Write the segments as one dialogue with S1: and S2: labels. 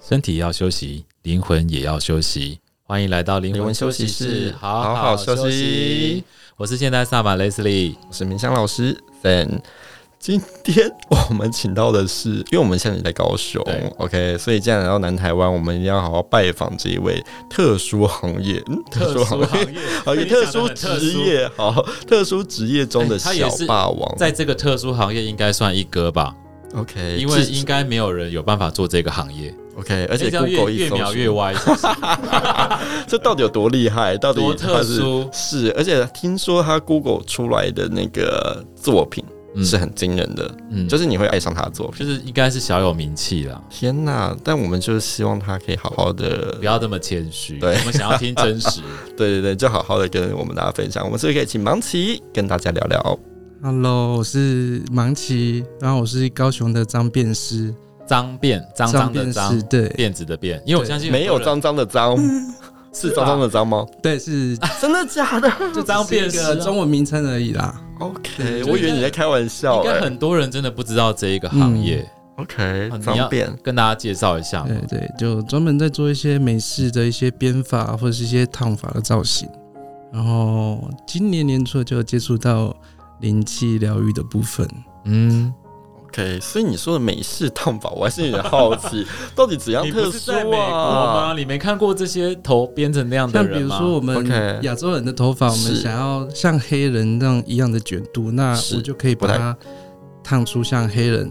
S1: 身体要休息，灵魂也要休息。欢迎来到灵魂休息室，好
S2: 好
S1: 好
S2: 休
S1: 休息
S2: 息。
S1: 我是现代萨满 Leslie，
S2: 我是明香老师。Then，今天我们请到的是， 因为我们现在在高雄
S1: 对
S2: ，OK，所以既然来到南台湾，我们一定要好好拜访这一位特殊行业，嗯， 业，
S1: 业，
S2: 好，一个特殊职业，好，特殊职业中的
S1: 哎他也
S2: 小
S1: 是
S2: 霸王，
S1: 在这个特殊行业应该算一哥吧，
S2: OK，
S1: 因为
S2: 至
S1: 应该没有人有办法做这个行业，哎
S2: OK，而且
S1: 这样越
S2: Google 一
S1: 越
S2: 搜
S1: 描
S2: 索
S1: 越歪，是不 是
S2: 这到底有多厉害？到底
S1: 多
S2: 他
S1: 特
S2: 是
S1: 殊
S2: 是，而且听说他 Google 出来的那个作品
S1: 嗯
S2: 是很惊人的，
S1: 嗯，
S2: 就
S1: 就是
S2: 你会爱上他的作品。
S1: 就是应该是小有名气啦，
S2: 天呐！但我们就是希望他可以好好的
S1: 不，要这么谦虚，
S2: 对
S1: 我们想要听真 实。
S2: 对对对，就好好的跟我们大家分享。我们是不是可以请芒奇跟大家聊聊？
S3: Hello，我是盲奇，然后我是高雄的张辩师，
S1: 脏辫，脏脏的
S3: 辩
S1: 脏
S3: 师，，对
S1: 辫子的辫，因为我相信
S2: 没有脏脏的脏，
S1: 是
S2: 嗯是脏脏的脏吗？
S3: 对是
S2: 真的假的
S1: 就脏辫
S3: 一个
S1: 是啊
S3: 中文名称而已啦。
S2: ？OK，我以为你在开玩笑
S1: 应该
S2: 哎。
S1: 很多人真的不知道这一个行业，
S2: OK，
S1: 很
S2: 脏辫。
S1: 跟大家介绍一下嘛。
S3: 嗯对对，就专门在做一些美式的一些编发或者是一些烫发的造型。然后今年年初就接触到灵气疗愈的部分，
S1: 嗯，
S2: OK，所以你说的美式烫法，我还是有点好 奇，到底怎样
S1: 你不
S2: 特
S1: 是
S2: 殊
S1: 在美国吗？
S2: 啊？
S1: 你没看过这些头编成那样的
S3: 像比
S1: 人
S3: 如
S1: 吗？
S3: 说我们
S2: OK
S3: 亚洲人的头发，我们
S2: 是
S3: 想要像黑人那样一样的卷度，那
S2: 是
S3: 我就可以
S2: 不
S3: 把
S2: 太
S3: 它烫出像黑人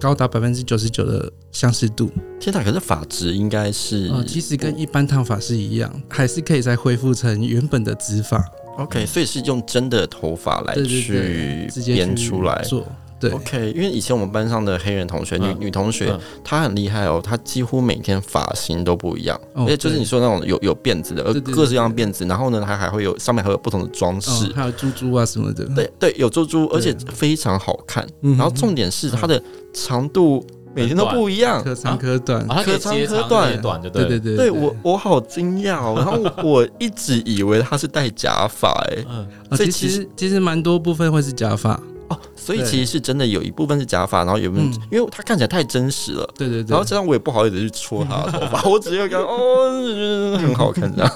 S3: 高达百分之九十九的相似度。
S2: 天哪！可是发质应该是
S3: 哦，其实跟一般烫发是一样，还是可以再恢复成原本的直发，
S2: OK，所以是用真的头发来
S3: 对对
S2: 去
S3: 对，直接
S2: 编
S3: 去
S2: 出来。
S3: 做。对，
S2: OK，因为以前我们班上的黑人同学，女
S1: 嗯
S2: 女同学
S1: 嗯，
S2: 她很厉害哦，她几乎每天发型都不一样，
S3: 哦
S2: 而且哎就是
S3: 对
S2: 你说那种有有辫子的，而
S3: 对对
S2: 各式各样的辫子，然后呢，它还会有上面还会有不同的装
S3: 哦
S2: 饰，，
S3: 还有珠珠啊什么的。
S2: 对对，有珠珠，而且
S3: 对
S2: 非常好看。
S3: 嗯，
S2: 然后重点是它的长度每天都不一样，
S3: 可长可短，
S1: 啊，它可以
S2: 可长
S1: 截
S2: 可
S1: 长
S2: 短
S1: 截短就对
S3: 嗯对
S1: 了
S3: 对。
S2: 对
S3: 对，
S2: 我我好惊讶 哦，然后我我一直以为他是戴假发哎、
S1: 嗯，
S3: 哦
S2: 所以其
S3: 其
S2: 实
S3: 实其实蛮多部分会是假发。
S2: 哦，所以
S3: 对
S2: 其实是真的有一部分是假发，然后有一部分、
S3: 嗯
S2: 因为他看起来太真实了，
S3: 对对对，
S2: 然后这样我也不好意思去戳他的头发， 我只有感觉哦很好看这样。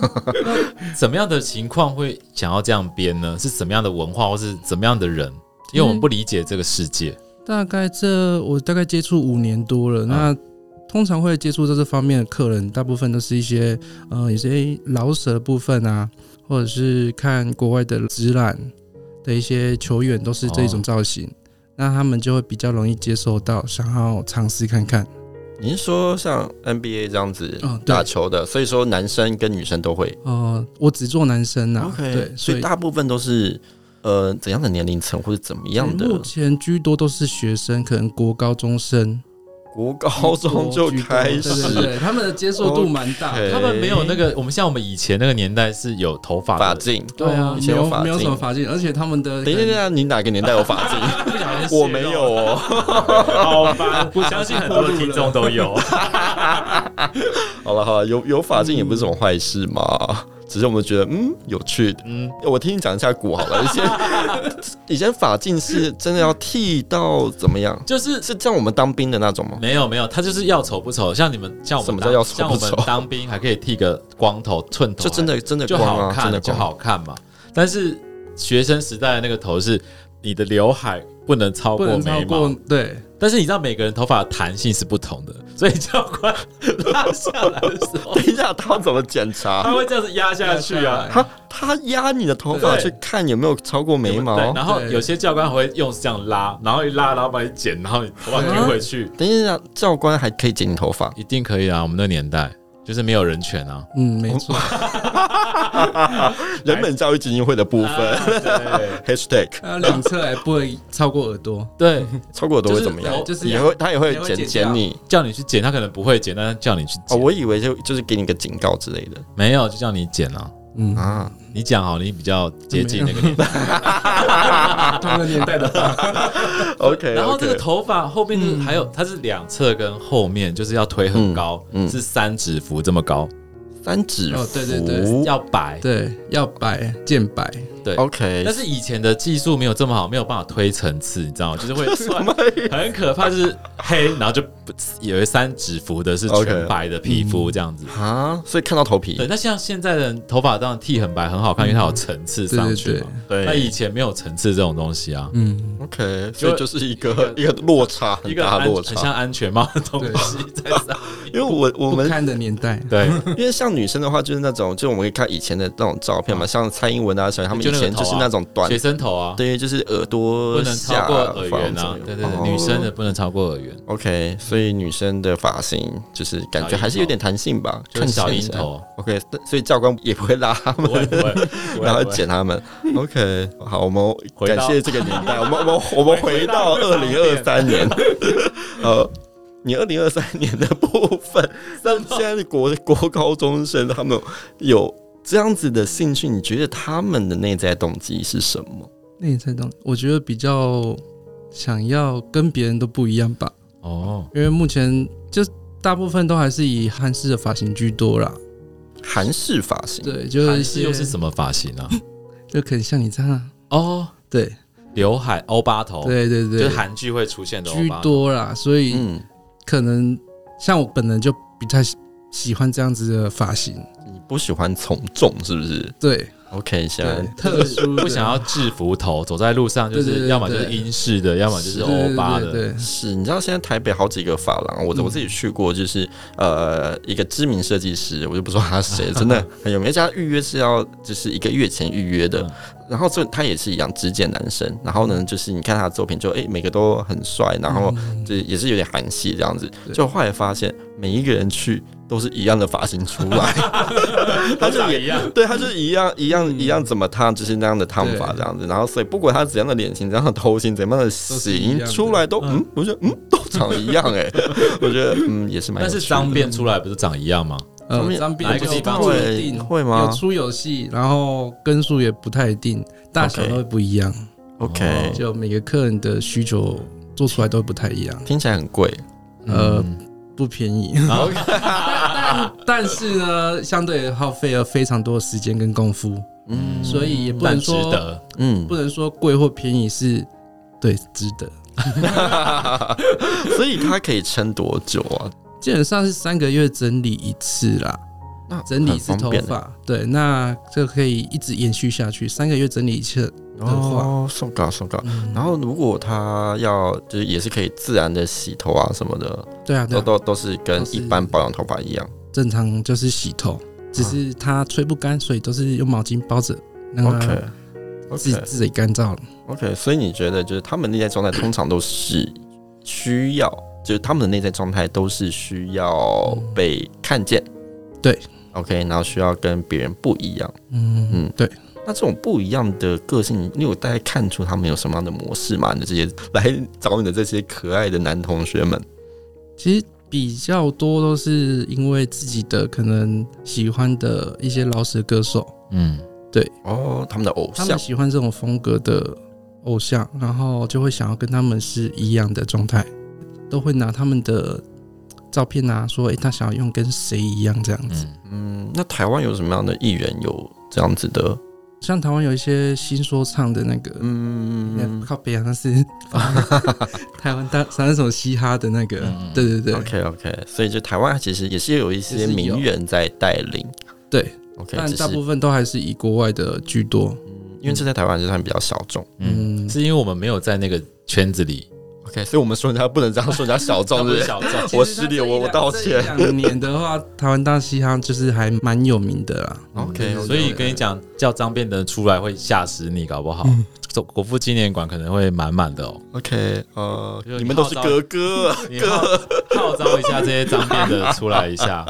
S1: 什么样的情况会想要这样编呢？是什么样的文化，或是怎么样的人？因为我们不理解这个世界。
S3: 大概这我大概接触五年多
S2: 嗯
S3: 了，那通常会接触到这方面的客人，大部分都是一些呃，有些老舍的部分啊，或者是看国外的直览的一些球员都是
S2: 哦
S3: 这种造型，那他们就会比较容易接受到，想要尝试看看。
S2: 你是说像 NBA 这样子
S3: 嗯对
S2: 打球的，所以说男生跟女生都会
S3: 呃，我只做男生呐、对，
S2: 所
S3: 所
S2: 以
S3: 以。
S2: 大部分都是呃怎样的年龄层或者怎么样的
S3: 目前居多都是学生，可能国高中生
S2: 国高中就
S3: 居多
S2: 开
S3: 对对对
S2: 始
S3: 对他们的接受度蛮大的。
S2: OK
S1: 他们没有那个，我们像我们以前那个年代是有头发
S2: 发
S1: 的，
S2: 镜。
S3: 对啊，
S2: 以
S3: 没
S2: 前哦有
S3: 有
S2: 发
S3: 没有什
S2: 镜
S3: 么。法禁，而且他们的
S2: 等一下，等一下，你哪个年代有 发镜？
S1: 不小心泄露
S2: 我没有，哦。
S1: 好吧，我相信很多的听众都 有。
S2: 好了好了，有有发镜
S1: 嗯
S2: 也不是什么坏事嘛，只是我们觉得嗯有趣。
S1: 嗯，
S2: 我听你讲一下鼓好了，以前 以前发镜是真的要剃到怎么样？
S1: 就是
S2: 是像我们当兵的那种吗？
S1: 没有没有，他就是要丑不丑，像你们像我
S2: 什
S1: 们
S2: 么
S1: 当
S2: 叫要丑
S1: 像
S2: 不
S1: 我
S2: 丑
S1: 们当兵还可以剃个光 头寸头，
S2: 就真
S1: 还
S2: 的真的
S1: 就
S2: 光
S1: 好
S2: 啊，真
S1: 看
S2: 的
S1: 就
S2: 光。
S1: 好看嘛。但是学生时代的那个头是你的刘海不能超
S3: 不
S1: 过
S3: 能超
S1: 眉
S3: 过
S1: 毛，
S3: 对，
S1: 但是你知道每个人头发的弹性是不同的， 所以教官拉下来的时 候
S2: 等，一下，他要怎么检查？
S1: 他 会这样子压下去
S3: 压下
S1: 啊
S3: 来。
S2: 他他压你的头发
S1: 对
S2: 去看有没有超过眉毛
S1: 对，。然后
S3: 对
S1: 有些教官还会用这样拉，然后一拉，然后把你剪，然后你头发丢回去，
S2: 等一下，教官还可以剪你头发。
S1: 一定可以啊！我们那年代就是没有人权啊，
S2: 哦
S3: 嗯，没错。
S2: 人本教育基金会的部
S1: 啊
S2: 分
S1: 分
S2: ，#hashtag
S3: 还有两侧还不会超过耳朵，
S1: 对，
S2: 超过都会怎么样？
S3: 就是
S2: 也会他也会
S3: 也会
S2: 剪
S3: 剪
S2: 剪
S3: 掉
S2: 你。
S1: 叫你去剪，他可能不会剪，但是叫你去
S2: 哦，
S1: 剪，
S2: 我以为就就是给你个警告之类的
S1: 没有就叫你剪啊。
S3: 嗯，
S2: 啊。
S1: 你讲好，你比较接近那个 年代。
S3: 同个年代的话，
S2: OK，
S1: 然后这个
S2: OK
S1: 头发后面就是还有，它是两侧跟后面就是要推很高，
S2: 嗯嗯
S1: 是三指幅这么高，
S2: 三指
S3: 哦对对对
S2: 符
S1: 要白。
S3: 对，要白见白，
S1: 对
S2: ，OK，
S1: 但是以前的技术没有这么好，没有办法推层次，你知 道吗？就是会算很可怕，就是黑，然后就不有一三指幅的是
S2: OK
S1: 全白的皮肤这样子。
S2: 啊，所以看到头皮
S1: 对，，那像现在的人头发当然剃很白很好看，因为它有层次上去嘛。
S2: 嗯对
S1: 那以前没有层次这种东西啊，
S3: 嗯，
S2: OK，所以哎就是一个一个落差，
S1: 一
S2: 很
S1: 个
S2: 大
S1: 安
S2: 的落
S1: 很像
S2: 差。
S1: 安全帽的东西在上面。
S2: 因为我我
S3: 不
S2: 们
S3: 堪的年代，
S1: 对，
S2: 因为像女生的话，就是那种，就我们可以看以前的那种照片嘛，像蔡英文啊、小英他们
S1: 就
S2: 以
S1: 那个
S2: 前就是那种短
S1: 学，生头啊，
S2: 对，就是耳朵
S1: 不能超过耳
S2: 下
S1: 缘啊
S2: 方左右。
S1: 对对
S2: 哦
S1: 对，女生的不能超过耳缘，
S2: OK，所以女生的发型就是感觉还是有点弹性吧，
S1: 就是小
S2: 看
S1: 樱啊
S2: 起来。
S1: 头，
S2: OK，所以教官也不会拉他
S1: 不
S2: 们，
S1: 会不会，不会
S2: 然后。
S1: 不会
S2: 剪他们。OK，好，我们
S1: 回到
S2: 感谢这个年代，我们我们我们回到
S1: 回到
S2: 二零二三年，呃。你二零二三年的部 分，那现在的国国高中生他们有这样子的兴趣，你觉得他们的内在动机是什么？
S3: 内在东，我觉得比较想要跟别人都不一样吧，
S1: 哦，
S3: 因为目前就大部分都还是以韩式的发型居多啦。
S2: 韩式发型，
S3: 对，就是一
S1: 韩
S3: 些
S1: 式又是什么发型啊？
S3: 就可能像你这样啊，
S1: 哦，
S3: 对
S1: 刘海欧巴头，
S3: 对对
S1: 哦就是
S3: 对，
S1: 韩剧会出现的欧
S3: 居
S1: 巴头。
S3: 多啦，所以
S2: 嗯，
S3: 可能像我本人就比较喜喜欢这样子的发型，
S2: 你不喜欢从众是不是
S3: 对
S2: ？OK，现 在
S3: 对，特殊的
S1: 不想要制服头，走在路上就
S3: 对对
S1: 是
S3: 对
S1: 要么就是英式的，要么就是欧巴
S3: 对
S1: 的。
S3: 对对对
S2: 是，你知道现在台北好几个发廊，我我自己去过，就是、呃一个知名设计师，我就不说他是谁，真的很有名。而且他预约是要就是一个月前预约的，
S1: 嗯
S2: 然后这他也是一样，只剪男生。然后呢，就是你看他的作品就，诶哎每个都很帅，然后
S3: 嗯
S2: 就也是有点韩系这样子。
S3: 对
S2: 就后来发现每一个人去都是一样的发型出来，他就
S1: 长
S2: 也
S1: 一样
S2: 对，他就是一样一样一样怎么烫，就是那样的烫法
S3: 对
S2: 这样子。然后所以不管他怎样的脸型、怎样的头型、怎么样的
S3: 是一样
S2: 型
S3: 的
S2: 出来都嗯，我觉得嗯 都长一样哎， 我觉得嗯也是蛮
S1: 但
S2: 有趣
S1: 是
S2: 的。
S1: 脏辫出来不是长一样吗？
S2: 咱们
S3: 呃，张
S1: 哪
S3: 边
S1: 一个
S3: 就
S1: 地方
S3: 不
S2: 会
S3: 一定
S2: 会吗
S3: 有粗有细，然后根数也不太一定，大小
S2: OK
S3: 都会不一样，
S2: OK，
S1: 哦
S3: 就每个客人的需求做出来都会不太一样，
S2: 听起来很贵，
S3: 呃，不便宜。
S1: 嗯然后
S3: 但是呢，相对耗费了非常多的时间跟功夫，
S2: 嗯
S3: 所以 也不
S1: 但
S3: 能
S1: 值
S3: 说
S1: 得。
S2: 嗯
S3: 不能说贵或便宜是，对，值得。
S2: 所以它可以撑多久啊？
S3: 基本上是三个月整理一次啦，
S2: 那
S3: 整理一次
S2: 很方
S3: 头
S2: 便欸
S3: 发，对，那这可以一直延续下去，三个月整理一次。嗯
S2: 哦，受搞受搞。然后如果他要就是也是可以自然的洗头啊什么的，
S3: 对啊，对
S2: 都都
S3: 啊，
S2: 都是跟
S3: 都是
S2: 一般保养头发一样。
S3: 正常就是洗头，只是它吹不干，所以都是用毛巾包着，让
S2: OK
S3: 它
S2: OK
S3: 嗯自自己干燥了。
S2: OK，所以你觉得就是他们内在状态通常都是需要，就是他们的内在状态都是需要被看见，
S3: 对
S2: ，OK，然后需要跟别人不一样。
S3: 嗯
S2: 嗯
S3: 嗯，对，
S2: 那这种不一样的个性，你有大概看出他们有什么样的模式吗？你的这些来找你的这些可爱的男同学们，
S3: 其实比较多都是因为自己的可能喜欢的一些老舌歌手，
S1: 嗯，
S2: 哦，他们的偶
S3: 他
S2: 像
S3: 们喜欢这种风格的偶像，然后就会想要跟他们是一样的状态，都会拿他们的照片啊，说诶，他想要用跟谁一样这样子。
S1: 嗯
S2: 嗯，那台湾有什么样的艺人有这样子的？
S3: 像台湾有一些新说唱的那个，
S2: 嗯
S3: 那靠北啊，那是台湾大三首嘻哈的那个，
S1: 嗯
S3: 对对对
S2: ，OK OK，所以就台湾其实也是有一些
S3: 也是有
S2: 名人在带领。
S3: 对，
S2: OK，
S3: 但
S2: 只
S3: 大
S2: 是
S3: 部分都还是以国外的居多。
S2: 嗯，因为这在台湾就算比较小众。
S1: 嗯，
S3: 嗯，
S1: 是因为我们没有在那个圈子里，
S2: OK，所以我们说人家不能这样说人家小众，
S1: 不
S2: 对
S1: 是
S2: 不对？
S1: 小众。
S2: 我失礼我我道歉
S3: 两年的话， 台湾大嘻哈就是还蛮有名的啦。
S2: OK，
S1: 所以跟你讲，叫脏辫的出来会吓死你，搞不好。走国父纪念馆可能会满满的哦。
S2: OK，呃，
S1: 就是
S2: 你们都是哥 哥，
S1: 你号号召一下这些脏辫的出来一 下。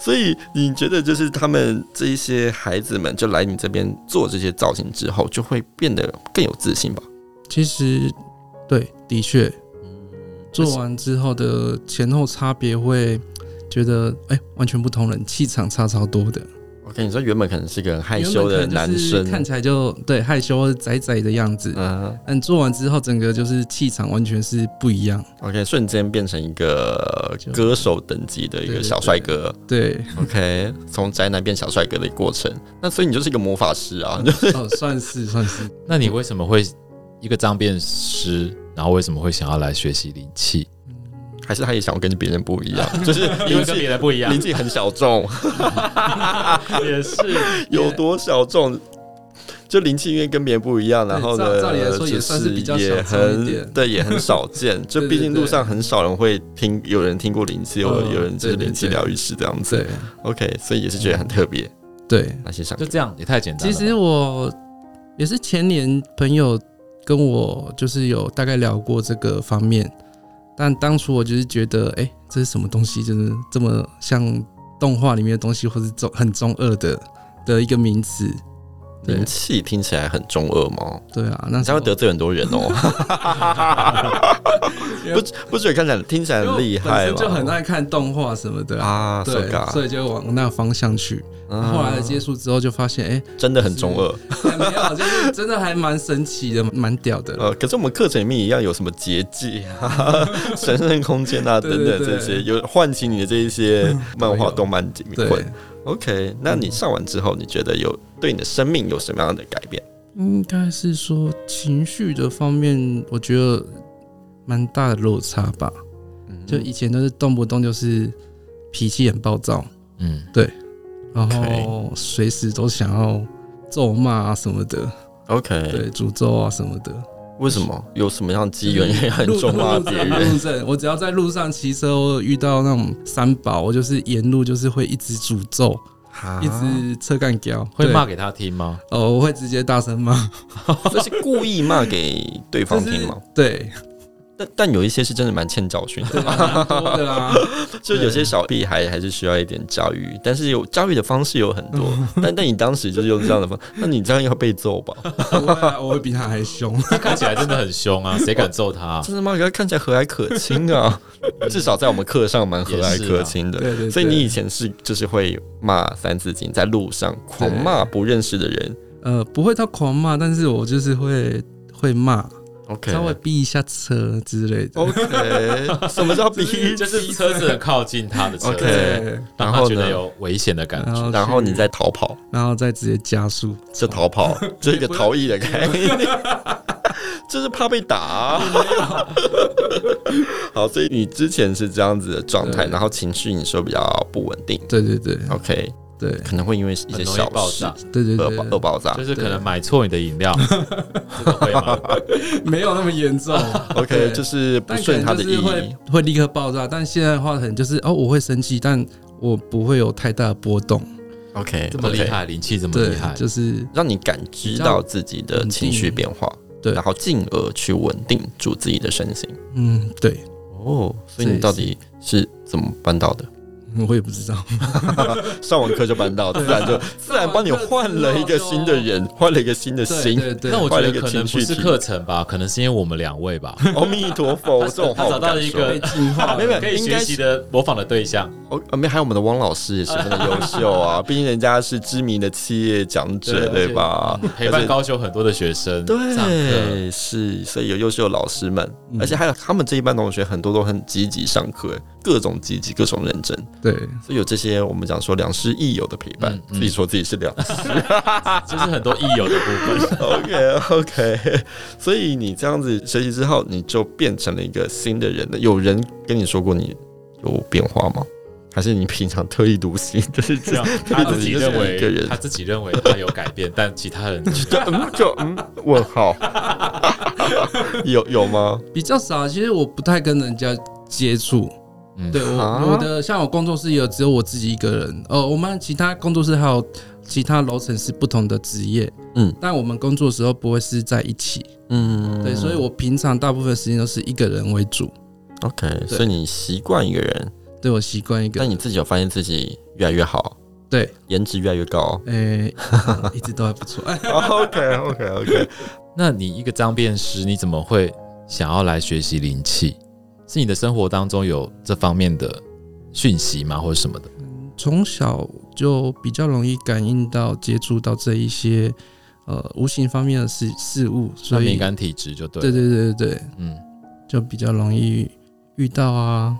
S2: 所以你觉得就是他们这一些孩子们就来你这边做这些造型之后，就会变得更有自信吧？
S3: 其实，对，的确，
S2: 嗯，
S3: 做完之后的前后差别会觉得，哎、完全不同人，气场差超多的。
S2: 我跟你说，原本可能是个害
S3: 原
S2: 羞的
S3: 本可能
S2: 男
S3: 就是
S2: 生，
S3: 看起来就对害羞宅宅的样子，
S2: 嗯
S3: 但做完之后整个就是气场完全是不一样。
S2: ，OK，瞬间变成一个
S3: 就
S2: 歌手等级的一个
S3: 对对
S2: 小帅哥。
S3: 对，
S2: OK，从宅男变小帅哥的过程，那所以你就是一个魔法师啊，你就
S3: 哦，算是算是。
S1: 那你为什么会一个脏辫师，然后为什么会想要来学习灵气？
S2: 还是他也想要跟别人不一 样，就是
S1: 因为
S2: 灵
S1: 跟
S2: 气
S1: 别人不一样
S2: 灵，气很小众，
S1: 也是
S2: 有多小众？就灵气因为跟别人不一样，
S3: 对
S2: 然后
S3: 照
S2: 呢，
S3: 照理来说
S2: 就
S3: 也算是比较小
S2: 也
S3: 众一点
S2: 很对，也很少 见。就
S3: 对对
S2: 毕竟路
S3: 对
S2: 上很少人会听，有人听过灵气，有
S3: 嗯
S2: 有人就是
S3: 对对
S2: 灵气
S3: 对
S2: 疗愈师这样子。
S3: 对
S2: OK，所以也是觉得很特别。
S3: 对，
S2: 那些想
S1: 就这样，也太简单
S3: 其
S1: 了。
S3: 实我也是前年朋友跟我就是有大概聊过这个方面，但当初我就是觉得，哎、这是什么东西？就是这么像动画里面的东西，或是中很中二的的一个名词。对
S2: 灵气听起来很中二吗？
S3: 对啊，那
S2: 你
S3: 时
S2: 才
S3: 候
S2: 会得罪很多人哦。 不不觉得看起来听起来很厉害吗？
S3: 因为我本身就很爱看动画什么的啊。
S2: 啊，
S3: 对
S2: so，
S3: 所以就往那方向去。
S2: god
S3: 后来接触之后，就发现，哎、
S2: 真的很中二。
S3: 还没有，就是真的还蛮神奇的，蛮屌的。
S2: 呃，可是我们课程里面一样有什么结界啊、 神圣空间啊
S3: 对
S2: 等等
S3: 对
S2: 这
S3: 对嗯
S2: 些，有唤起你的这一些呃漫画、
S3: 有
S2: 动漫灵
S3: 对，嗯
S2: 魂。OK，那你上完之后，你觉得有对你的生命有什么样的改变？
S3: 应该是说情绪的方面，我觉得蛮大的落差吧。
S2: 嗯
S3: 就以前都是动不动就是脾气很暴躁，
S1: 嗯，
S3: 然后随时都想要咒骂啊什么的，
S2: OK，
S3: 对，诅咒啊什么的。
S2: 为什么有什么样的机缘也很重骂别
S3: 路
S2: 人？
S3: 路上我只要在路上骑车，我遇到那种三宝，我就是沿路就是会一直诅咒，
S2: 哈
S3: 一
S2: 啊
S3: 直车干掉，
S1: 会
S3: 对
S1: 骂给他听吗？
S3: 哦，我会直接大声骂，
S2: 这是故意骂给对方
S3: 就是
S2: 听 吗？
S3: 对，
S2: 但但有一些是真的蛮欠教训的。
S3: 对啊，蛮多的啦，
S2: 就有些小屁孩还是需要一点教育，但是有教育的方式有很 多。但但你当时就是用这样的方，那你这样要被揍吧？
S3: 不会啊我会比他还凶。
S1: 他看起来真的很凶啊，谁敢揍他 啊、
S2: 真的吗？可他看起来和蔼可亲啊， 至少在我们课上蛮和蔼可亲的。
S3: 对对对，
S2: 所以你以前是就是会骂三字经，在路上狂骂不认识的人。
S3: 呃不会到狂骂，但是我就是会会骂，
S2: OK
S3: 稍微逼一下车之类的。
S2: OK，什 么叫逼？
S1: 就是车子很靠近他的车
S2: OK
S3: 对，
S1: 让他
S2: 然后
S1: 觉
S2: 呢
S1: 得有危险的感
S3: 然
S1: 觉。
S3: 后
S2: 然后
S3: 去
S2: 你再逃跑，
S3: 然后再直接加速，
S2: 就逃跑，这是一个逃逸的概念， 就是怕被打、啊 好，所以你之前是这样子的状态，
S3: 对
S2: 然后情绪你说比较不稳定
S3: 对对对
S2: ，OK，
S3: 对
S2: 可能会因为一些
S1: 很容易
S2: 小
S1: 爆
S2: 事
S1: 炸
S3: 对对
S2: 而
S3: 对
S2: 爆而，爆炸。
S1: 就是可能买错你的饮料，真的会吗？
S3: 没有那么严重。
S2: OK，
S3: 对
S2: 就是不
S3: 但可
S2: 顺他
S3: 能
S2: 的
S3: 就
S2: 意
S3: 是会
S2: 义。
S3: 会立刻爆炸，但现在的话可能就是哦，我会生气，但我不会有太大的波动。
S2: OK，
S1: 这么厉，害，灵气这么厉
S3: 对，
S1: 害，
S3: 就是
S2: 让你感知到自己的情绪变化，
S3: 对
S2: 然后进而去稳定住自己的身心。
S3: 嗯，对，
S2: 哦，所以你到底是怎么办到的？
S3: 嗯我也不知道。
S2: 上完课就办到，自然就自然帮你换了一个新的人，换了一个新的
S3: 对
S2: 心。
S3: 对对，
S1: 那我觉
S2: 换了一
S1: 得
S2: 个
S1: 可能
S2: 情
S1: 不
S2: 绪
S1: 是
S2: 体
S1: 课程吧，可能是因为我们两位吧，
S2: 阿弥陀佛，这种
S1: 他
S2: 话
S1: 找
S2: 我不敢
S1: 到了一个
S2: 说
S3: 进化了
S2: 没有没有
S1: 可以
S2: 应
S1: 学
S2: 该是
S1: 习的模仿的对象。
S2: 哦，啊没有还有我们的汪老师也十分的优秀啊，毕竟人家是知名的企业讲者，
S1: 对
S2: 对吧？
S1: 陪伴高雄很多的学生上课，
S2: 对，是，所以有优秀的老师们，
S3: 嗯
S2: 而且还有他们这一班同学很多都很积极上课，各种积极，各种认真，
S3: 对
S2: 所以有这些我们讲说良师益友的陪伴
S1: 嗯，嗯
S2: 自己说自己是良师
S1: 就是很多益友的部分。
S2: ，OK OK，所以你这样子学习之后，你就变成了一个新的人了。有人跟你说过你有变化吗？还是你平常特立独行，就是这
S1: 这
S2: 样？
S1: 样他自己认
S2: 一个
S1: 为
S2: 人
S1: 他自己认为他有改变，但其他人
S2: 就嗯就嗯问号，有有吗？
S3: 比较少，其实我不太跟人家接触。
S1: 嗯
S3: 对
S2: 啊
S3: 我我的像我工作室也有只有我自己一个人，呃，我们其他工作室还有其他楼层是不同的职业，
S2: 嗯，
S3: 但我们工作的时候不会是在一起，
S2: 嗯，
S3: 对，所以我平常大部分时间都是一个人为主，
S2: OK，所以你习惯一个人，
S3: 对我习惯一个
S2: 但，你自己有发现自己越来越好，
S3: 对，。
S2: 颜值越来越高
S3: 诶、一直 都还不错，
S2: OK OK OK，
S1: 那你一个脏辫师，你怎么会想要来学习灵气？是你的生活当中有这方面的讯息吗，或者什么的？
S3: 从小就比较容易感应到、接触到这一些呃无形方面的事事物，所
S1: 算
S3: 以
S1: 敏感体质就对了。
S3: 对对对对对，
S1: 嗯，
S3: 就比较容易遇到啊。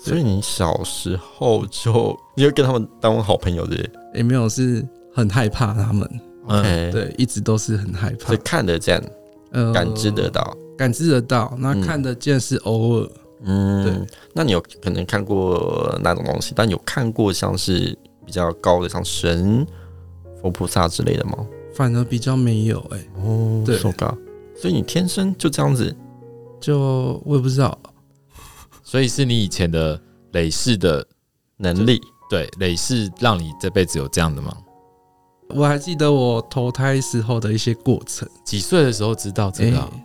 S2: 所以你小时候就你就跟他们当好朋友的，
S3: 也没有是很害怕他们，
S1: 嗯
S2: 嗯，，
S3: 对，一直都是很害怕
S2: 是，看得见、
S3: 呃，
S2: 感知得到。
S3: 感知得到，那
S2: 嗯
S3: 看得见是偶尔，
S2: 嗯
S3: 对，
S2: 那你有可能看过那种东西，但有看过像是比较高的，像神、佛菩萨之类的吗？
S3: 反而比较没有哎、
S2: 哦
S3: 对
S2: ，so god，所以你天生就这样子，
S3: 就我也不知道，
S1: 所以是你以前的累世的
S2: 能力
S1: 对累世让你这辈子有这样的吗？
S3: 我还记得我投胎时候的一些过程，
S1: 几岁的时候知道这个啊、
S3: 哎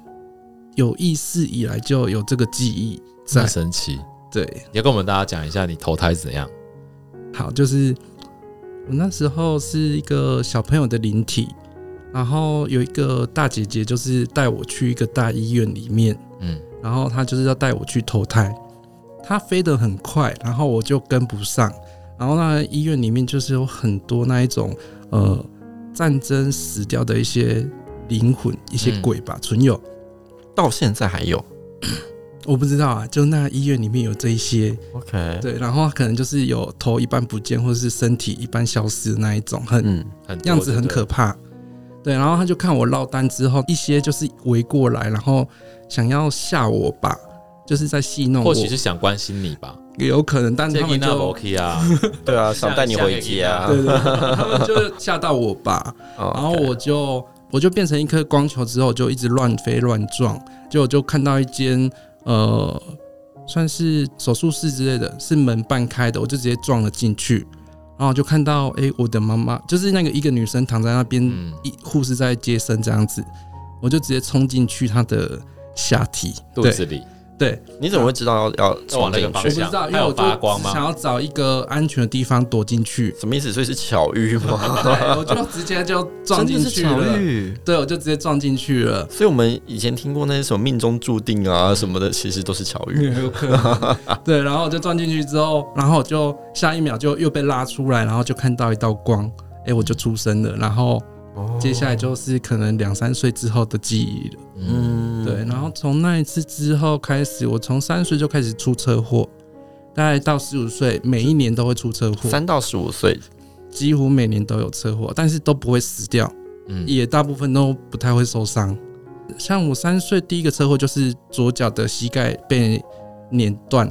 S3: 有意识以来就有这个记忆
S1: 这
S3: 在
S1: 么，神奇！
S3: 对，
S1: 你要跟我们大家讲一下你投胎是怎样？
S3: 好，就是我那时候是一个小朋友的灵体，然后有一个大姐姐就是带我去一个大医院里面。
S1: 嗯，
S3: 然后他就是要带我去投胎，他飞得很快，然后我就跟不上。然后那医院里面就是有很多那一种呃战争死掉的一些灵魂、一些
S1: 嗯
S3: 鬼吧，存有
S2: 到现在还有。
S3: 我不知道啊，就那医院里面有这一些
S2: OK，
S3: 对，然后可能就是有头一半不见，或者是身体一半消失的那一种，很
S2: 嗯，
S1: 很多
S3: 样子很
S1: 就对
S3: 可
S1: 了
S3: 怕。对，然后他就看我落单之后，一些就是围过来，然后想要吓我吧，就是在戏弄我。
S1: 或许是想关心你吧。
S3: 也有可能，但
S1: 这
S3: 他
S1: 个
S3: 们
S1: 那
S3: 就
S1: 不 OK 啊，
S2: 对啊，
S1: 下
S2: 想带你回家。
S3: 对对，对他们就吓到我 吧，
S2: 哦
S3: 然后我就我就变成一颗光球之后，就一直乱飞乱撞，结果就看到一间呃算是手术室之类的，是门半开的，我就直接撞了进去，然后就看到诶，我的妈妈就是那个一个女生躺在那边，
S1: 嗯，
S3: 一护士在接生这样子，我就直接冲进去她的下体，
S1: 肚
S3: 对
S1: 子里
S3: 对，
S2: 你怎么会知道要要
S1: 往
S2: 冲
S1: 那个
S2: 进
S1: 方
S3: 我
S2: 去
S1: 向
S3: 不？知道，因
S1: 还
S3: 为
S1: 有
S3: 我就
S1: 发光吗
S3: 想要找一个安全的地方躲进去。
S2: 什么意思？所以是巧遇 吗？
S3: 对，我就直接就撞进
S2: 真
S3: 去
S2: 的是巧
S3: 了。
S2: 遇。
S3: 对，我就直接撞进
S2: 。
S3: 去了
S2: 所以我们以前听过那些什么命中注定
S3: 嗯
S2: 啊什么的，其实都是巧遇。
S3: 有可能。 对，然后我就撞进去之后，然后我就下一秒就又被拉出来，然后就看到一道光，哎、我就出生了。然后
S2: 哦
S3: 接下来就是可能两三岁之后的记忆了。
S1: 嗯，
S2: 嗯
S3: 对，然后从那一次之后开始，我从三岁就开始出车祸，大概到十五岁，每一年都会出车祸，
S2: 三到十五岁，
S3: 几乎每年都有车祸，但是都不会死掉。
S1: 嗯，
S3: 也大部分都不太会受伤。像我三岁第一个车祸就是左脚的膝盖被碾断，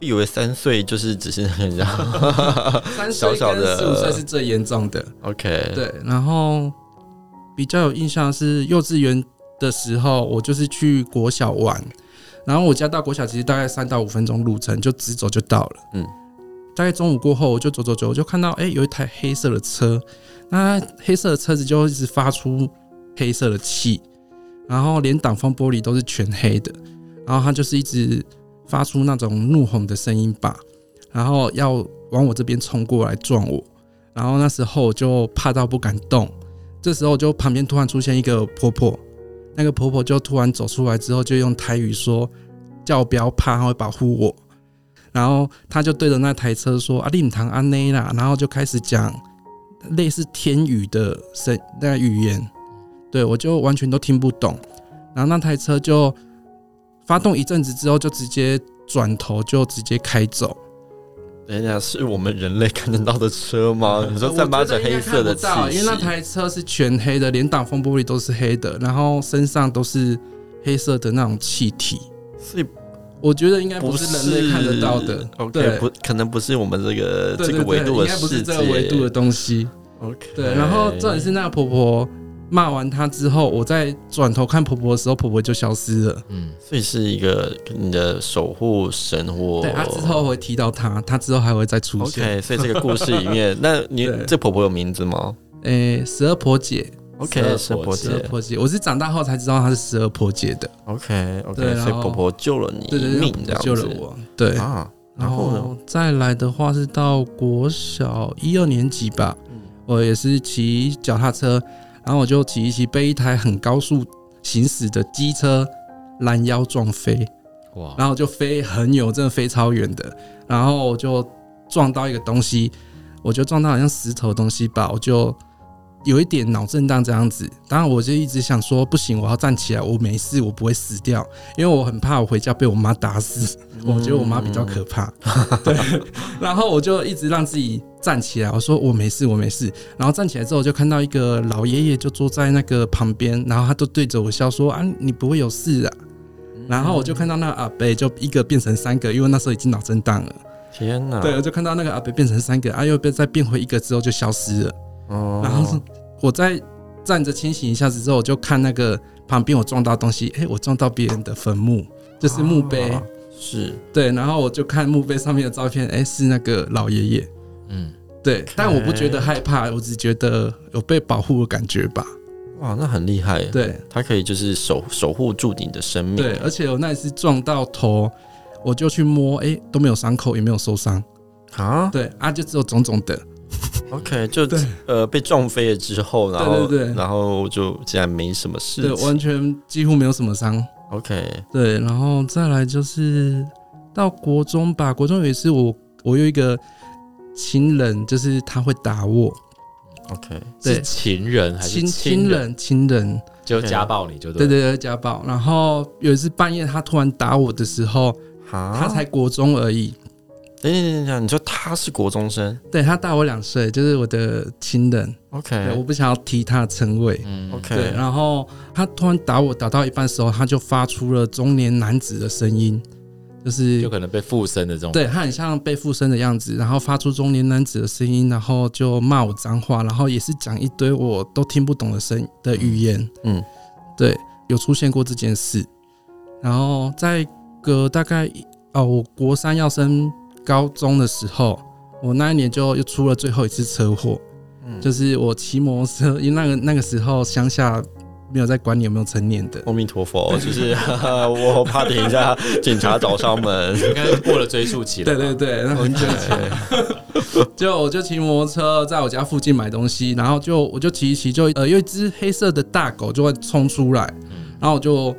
S2: 以为三岁就是只是人家
S3: 三
S2: 小小的
S3: 十五岁是最严重的。
S2: OK，
S3: 对，然后比较有印象的是幼稚园的时候，我就是去国小玩，然后我家到国小其实大概三到五分钟路程，就直走就到了。
S2: 嗯
S3: 嗯，大概中午过后，我就走走走，我就看到哎、有一台黑色的车，那黑色的车子就一直发出黑色的气，然后连挡风玻璃都是全黑的，然后它就是一直发出那种怒吼的声音吧，然后要往我这边冲过来撞我。然后那时候我就怕到不敢动。这时候就旁边突然出现一个婆婆，那个婆婆就突然走出来之后，就用台语说叫我不要怕，她会保护我。然后她就对着那台车说：“啊，令堂安内啦。”然后就开始讲类似天语的声那个语言，对我就完全都听不懂。然后那台车就发动一阵子之后，就直接转头就直接开走。
S2: 等一下是我们人类看得到的车 吗？哦你说
S3: 呃我
S2: 散发
S3: 觉
S2: 着
S3: 得应
S2: 黑
S3: 该
S2: 色的
S3: 看不
S2: 气
S3: 到
S2: 息，
S3: 因为那台车是全黑的，连挡风玻璃都是黑的，然后身上都是黑色的那种气体。
S2: 所以
S3: 我觉得应该
S2: 不
S3: 不是人类看得到的。
S2: OK，
S3: 对
S2: 不可能不是我们这个
S3: 对
S2: 这
S3: 对
S2: 个
S3: 对，
S2: 维度的
S3: 应该不
S2: 世
S3: 是这
S2: 界
S3: 个维度的东西。
S2: OK，
S3: 对，然后重点是那个婆婆骂完她之后，我在转头看婆婆的时候，婆婆就消失了。
S1: 嗯，
S2: 所以是一个你的守护神或
S3: 对，她之后会提到她，她之后还会再出现。
S2: 哦 OK，所以这个故事里 面，那你
S3: 对
S2: 这婆婆有名字吗
S3: 诶，十二婆姐，
S2: ？OK，
S1: 十
S2: 是
S1: 二
S2: 婆
S1: 婆
S3: 十二
S2: 姐。
S3: 婆姐，我是长大后才知道她是十二婆姐的。
S2: OK
S3: 对
S2: OK，
S3: 然
S2: 所以
S3: 后
S2: 婆婆救了你
S3: 对
S2: 一
S3: 对对，
S2: 命
S3: 她，
S2: 这样子
S3: 救了我。对，
S2: 啊。然
S3: 然
S2: 后
S3: 后
S2: 呢？
S3: 再来的话是到国小一二年级吧，我也是骑脚踏车，然后我就骑一骑被一台很高速行驶的机车拦腰撞飞，
S1: 哇，
S3: 然后就飞很远，我真的飞超远的，然后我就撞到一个东西，我就撞到好像石头的东西吧，我就有一点脑震荡这样子。当然，我就一直想说，不行，我要站起来，我没事，我不会死掉，因为我很怕我回家被我妈打死。我觉得我妈比较可怕，对。然后我就一直让自己站起来，我说我没事，我没事。然后站起来之后，就看到一个老爷爷就坐在那个旁边，然后他就对着我笑说：“啊，你不会有事啊。”然后我就看到那个阿伯就一个变成三个，因为那时候已经脑震荡了。
S2: 天哪！
S3: 对，我就看到那个阿伯变成三个，啊，又被再变回一个之后就消失了。
S2: 哦，
S3: 然后是 我在站着清醒一下子之后，我就看那个旁边我撞到东西，哎，我撞到别人的坟墓，就是墓碑。
S2: 啊是
S3: 对，然后我就看墓碑上面的照片，哎，是那个老爷爷。
S1: 嗯，
S3: 对，但我不觉得害怕，我只觉得有被保护的感觉吧。
S2: 哇，那很厉害。，
S3: 对
S2: 他可以就是守守护住你的生命。
S3: 对，而且我那一次撞到头，我就去摸，哎，都没有伤口，也没有受伤。
S2: 啊
S3: 对啊，就只有肿肿的。
S2: ，OK，就
S3: 对
S2: 呃被撞飞了之后，然后
S3: 对对对
S2: 然后就竟然没什么事
S3: 对，
S2: 情。
S3: 完全几乎没有什么伤。
S2: OK，
S3: 对，然后再来就是到国中吧，国中有一次我我有一个情人，就是他会打我，
S2: OK，
S1: 是
S3: 对
S1: 情人还是
S3: 亲
S1: 亲
S3: 亲
S1: 人
S3: 人亲人，
S1: 就家暴你就
S3: 对
S1: 对了，
S3: 对对，家暴。然后有一次半夜他突然打我的时候，
S2: 好，
S1: 啊
S3: 他才国中而已，
S2: 等一下等一下等一下，你说他是国中生
S3: 对他大我两岁，就是我的亲人，对，我
S2: ？OK
S3: 不想要提他的称谓。
S1: 嗯
S2: OK，
S3: 对，然后他突然打我，打到一半的时候，他就发出了中年男子的声音，就是
S1: 就可能被附身的这种，
S3: 对他很像被附身的样子，然后发出中年男子的声音，然后就骂我脏话，然后也是讲一堆我都听不懂的声的语言。
S2: 嗯，
S3: 对，有出现过这件事。然后在隔大概一哦，我国三要升高中的时候，我那一年就又出了最后一次车祸，
S2: 嗯
S3: 就是我骑摩托车，因为那个那个时候乡下没有在管你有没有成年的，
S2: 阿弥陀佛，就是我怕等一下警察找上门。
S1: 应该是过了追溯期了
S3: 对
S1: 吧，
S3: 对对，那很久以前。 就我就骑摩托车在我家附近买东西，然后就我就骑一骑，就呃有一只黑色的大狗就会冲出来，
S1: 嗯
S3: 然后我就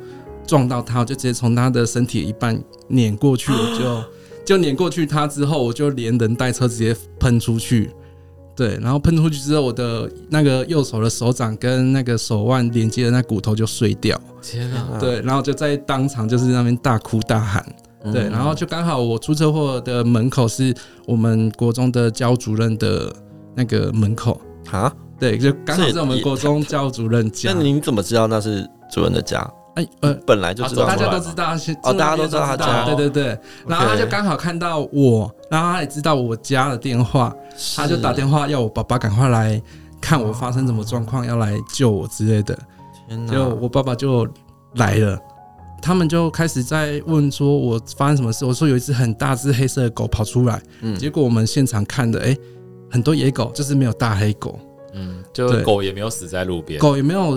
S3: 撞到它，我就直接从它的身体一半碾过去， 我就就碾过去它之后，我就连人带车直接喷出去。对，然后喷出去之后，我的那个右手的手掌跟那个手腕连接的那骨头就碎掉，
S1: 天啊，
S3: 对，然后就在当场就是那边大哭大喊，
S2: 嗯
S3: 对，然后就刚好我出车祸的门口是我们国中的教主任的那个门口，
S2: 啊，
S3: 对，就刚好
S2: 这也
S3: 是我们国中教主任家
S2: 那。您怎么知道那是主人的家？
S3: 哎，呃，
S2: 本来就知道
S1: 啊
S3: 大
S2: 嘛，
S3: 家都知道，是
S2: 哦大家都知道他家
S3: 对对对。然后他就刚好看到我，然后他也知道我家的电话，他就打
S2: 话。
S3: 电话要我爸爸赶快来看我发生什么状况，要来救我之类的。
S2: 天哪
S3: 就我爸爸就来了，他们就开始在问说我发生什么事。我说有一只很大只黑色的狗跑出来，
S2: 嗯
S3: 结果我们现场看的，哎、很多野狗，就是没有大黑狗，
S1: 嗯，就
S3: 对
S1: 狗也没有死在路边，
S3: 狗也没有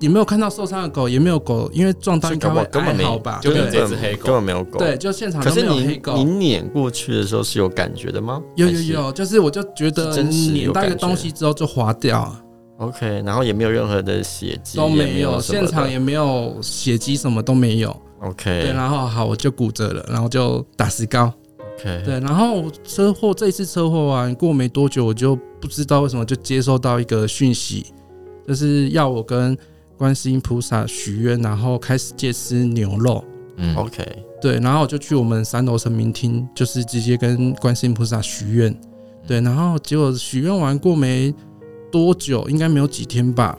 S3: 也没有看到受伤的狗，也没有狗因为撞到
S2: 所以
S3: 应该
S2: 搞不
S3: 会
S2: 好根本
S3: 哀
S2: 没
S3: 嚎吧，
S1: 就没有
S3: 对
S1: 这只黑狗
S2: 根本没有狗。
S3: 对，，就现场
S2: 可
S3: 都
S2: 是
S3: 没有黑
S2: 你
S3: 狗。
S2: 你碾过去的时候是有感觉的吗？
S3: 有
S2: 还
S3: 有
S2: 是
S3: 有，就是我就觉得
S2: 是真实有
S3: 碾到一个
S2: 感觉
S3: 东西之后就滑掉了，
S2: ，OK，然后也没有任何的血迹，
S3: 都
S2: 没
S3: 没有，
S2: 什么
S3: 现
S2: 的
S3: 场也没有血迹，什么都没有。对，
S2: OK
S3: 然后好，我就骨折了，然后就打石膏。
S2: OK，
S3: 对，然后车祸这一次车祸完、过没多久，我就不知道为什么就接收到一个讯息，就是要我跟观世音菩萨许愿，然后开始戒吃牛肉。
S1: 嗯
S2: OK，
S3: 对，然后我就去我们三楼神明厅，就是直接跟观世音菩萨许愿。对，然后结果许愿完过没多久，应该没有几天吧，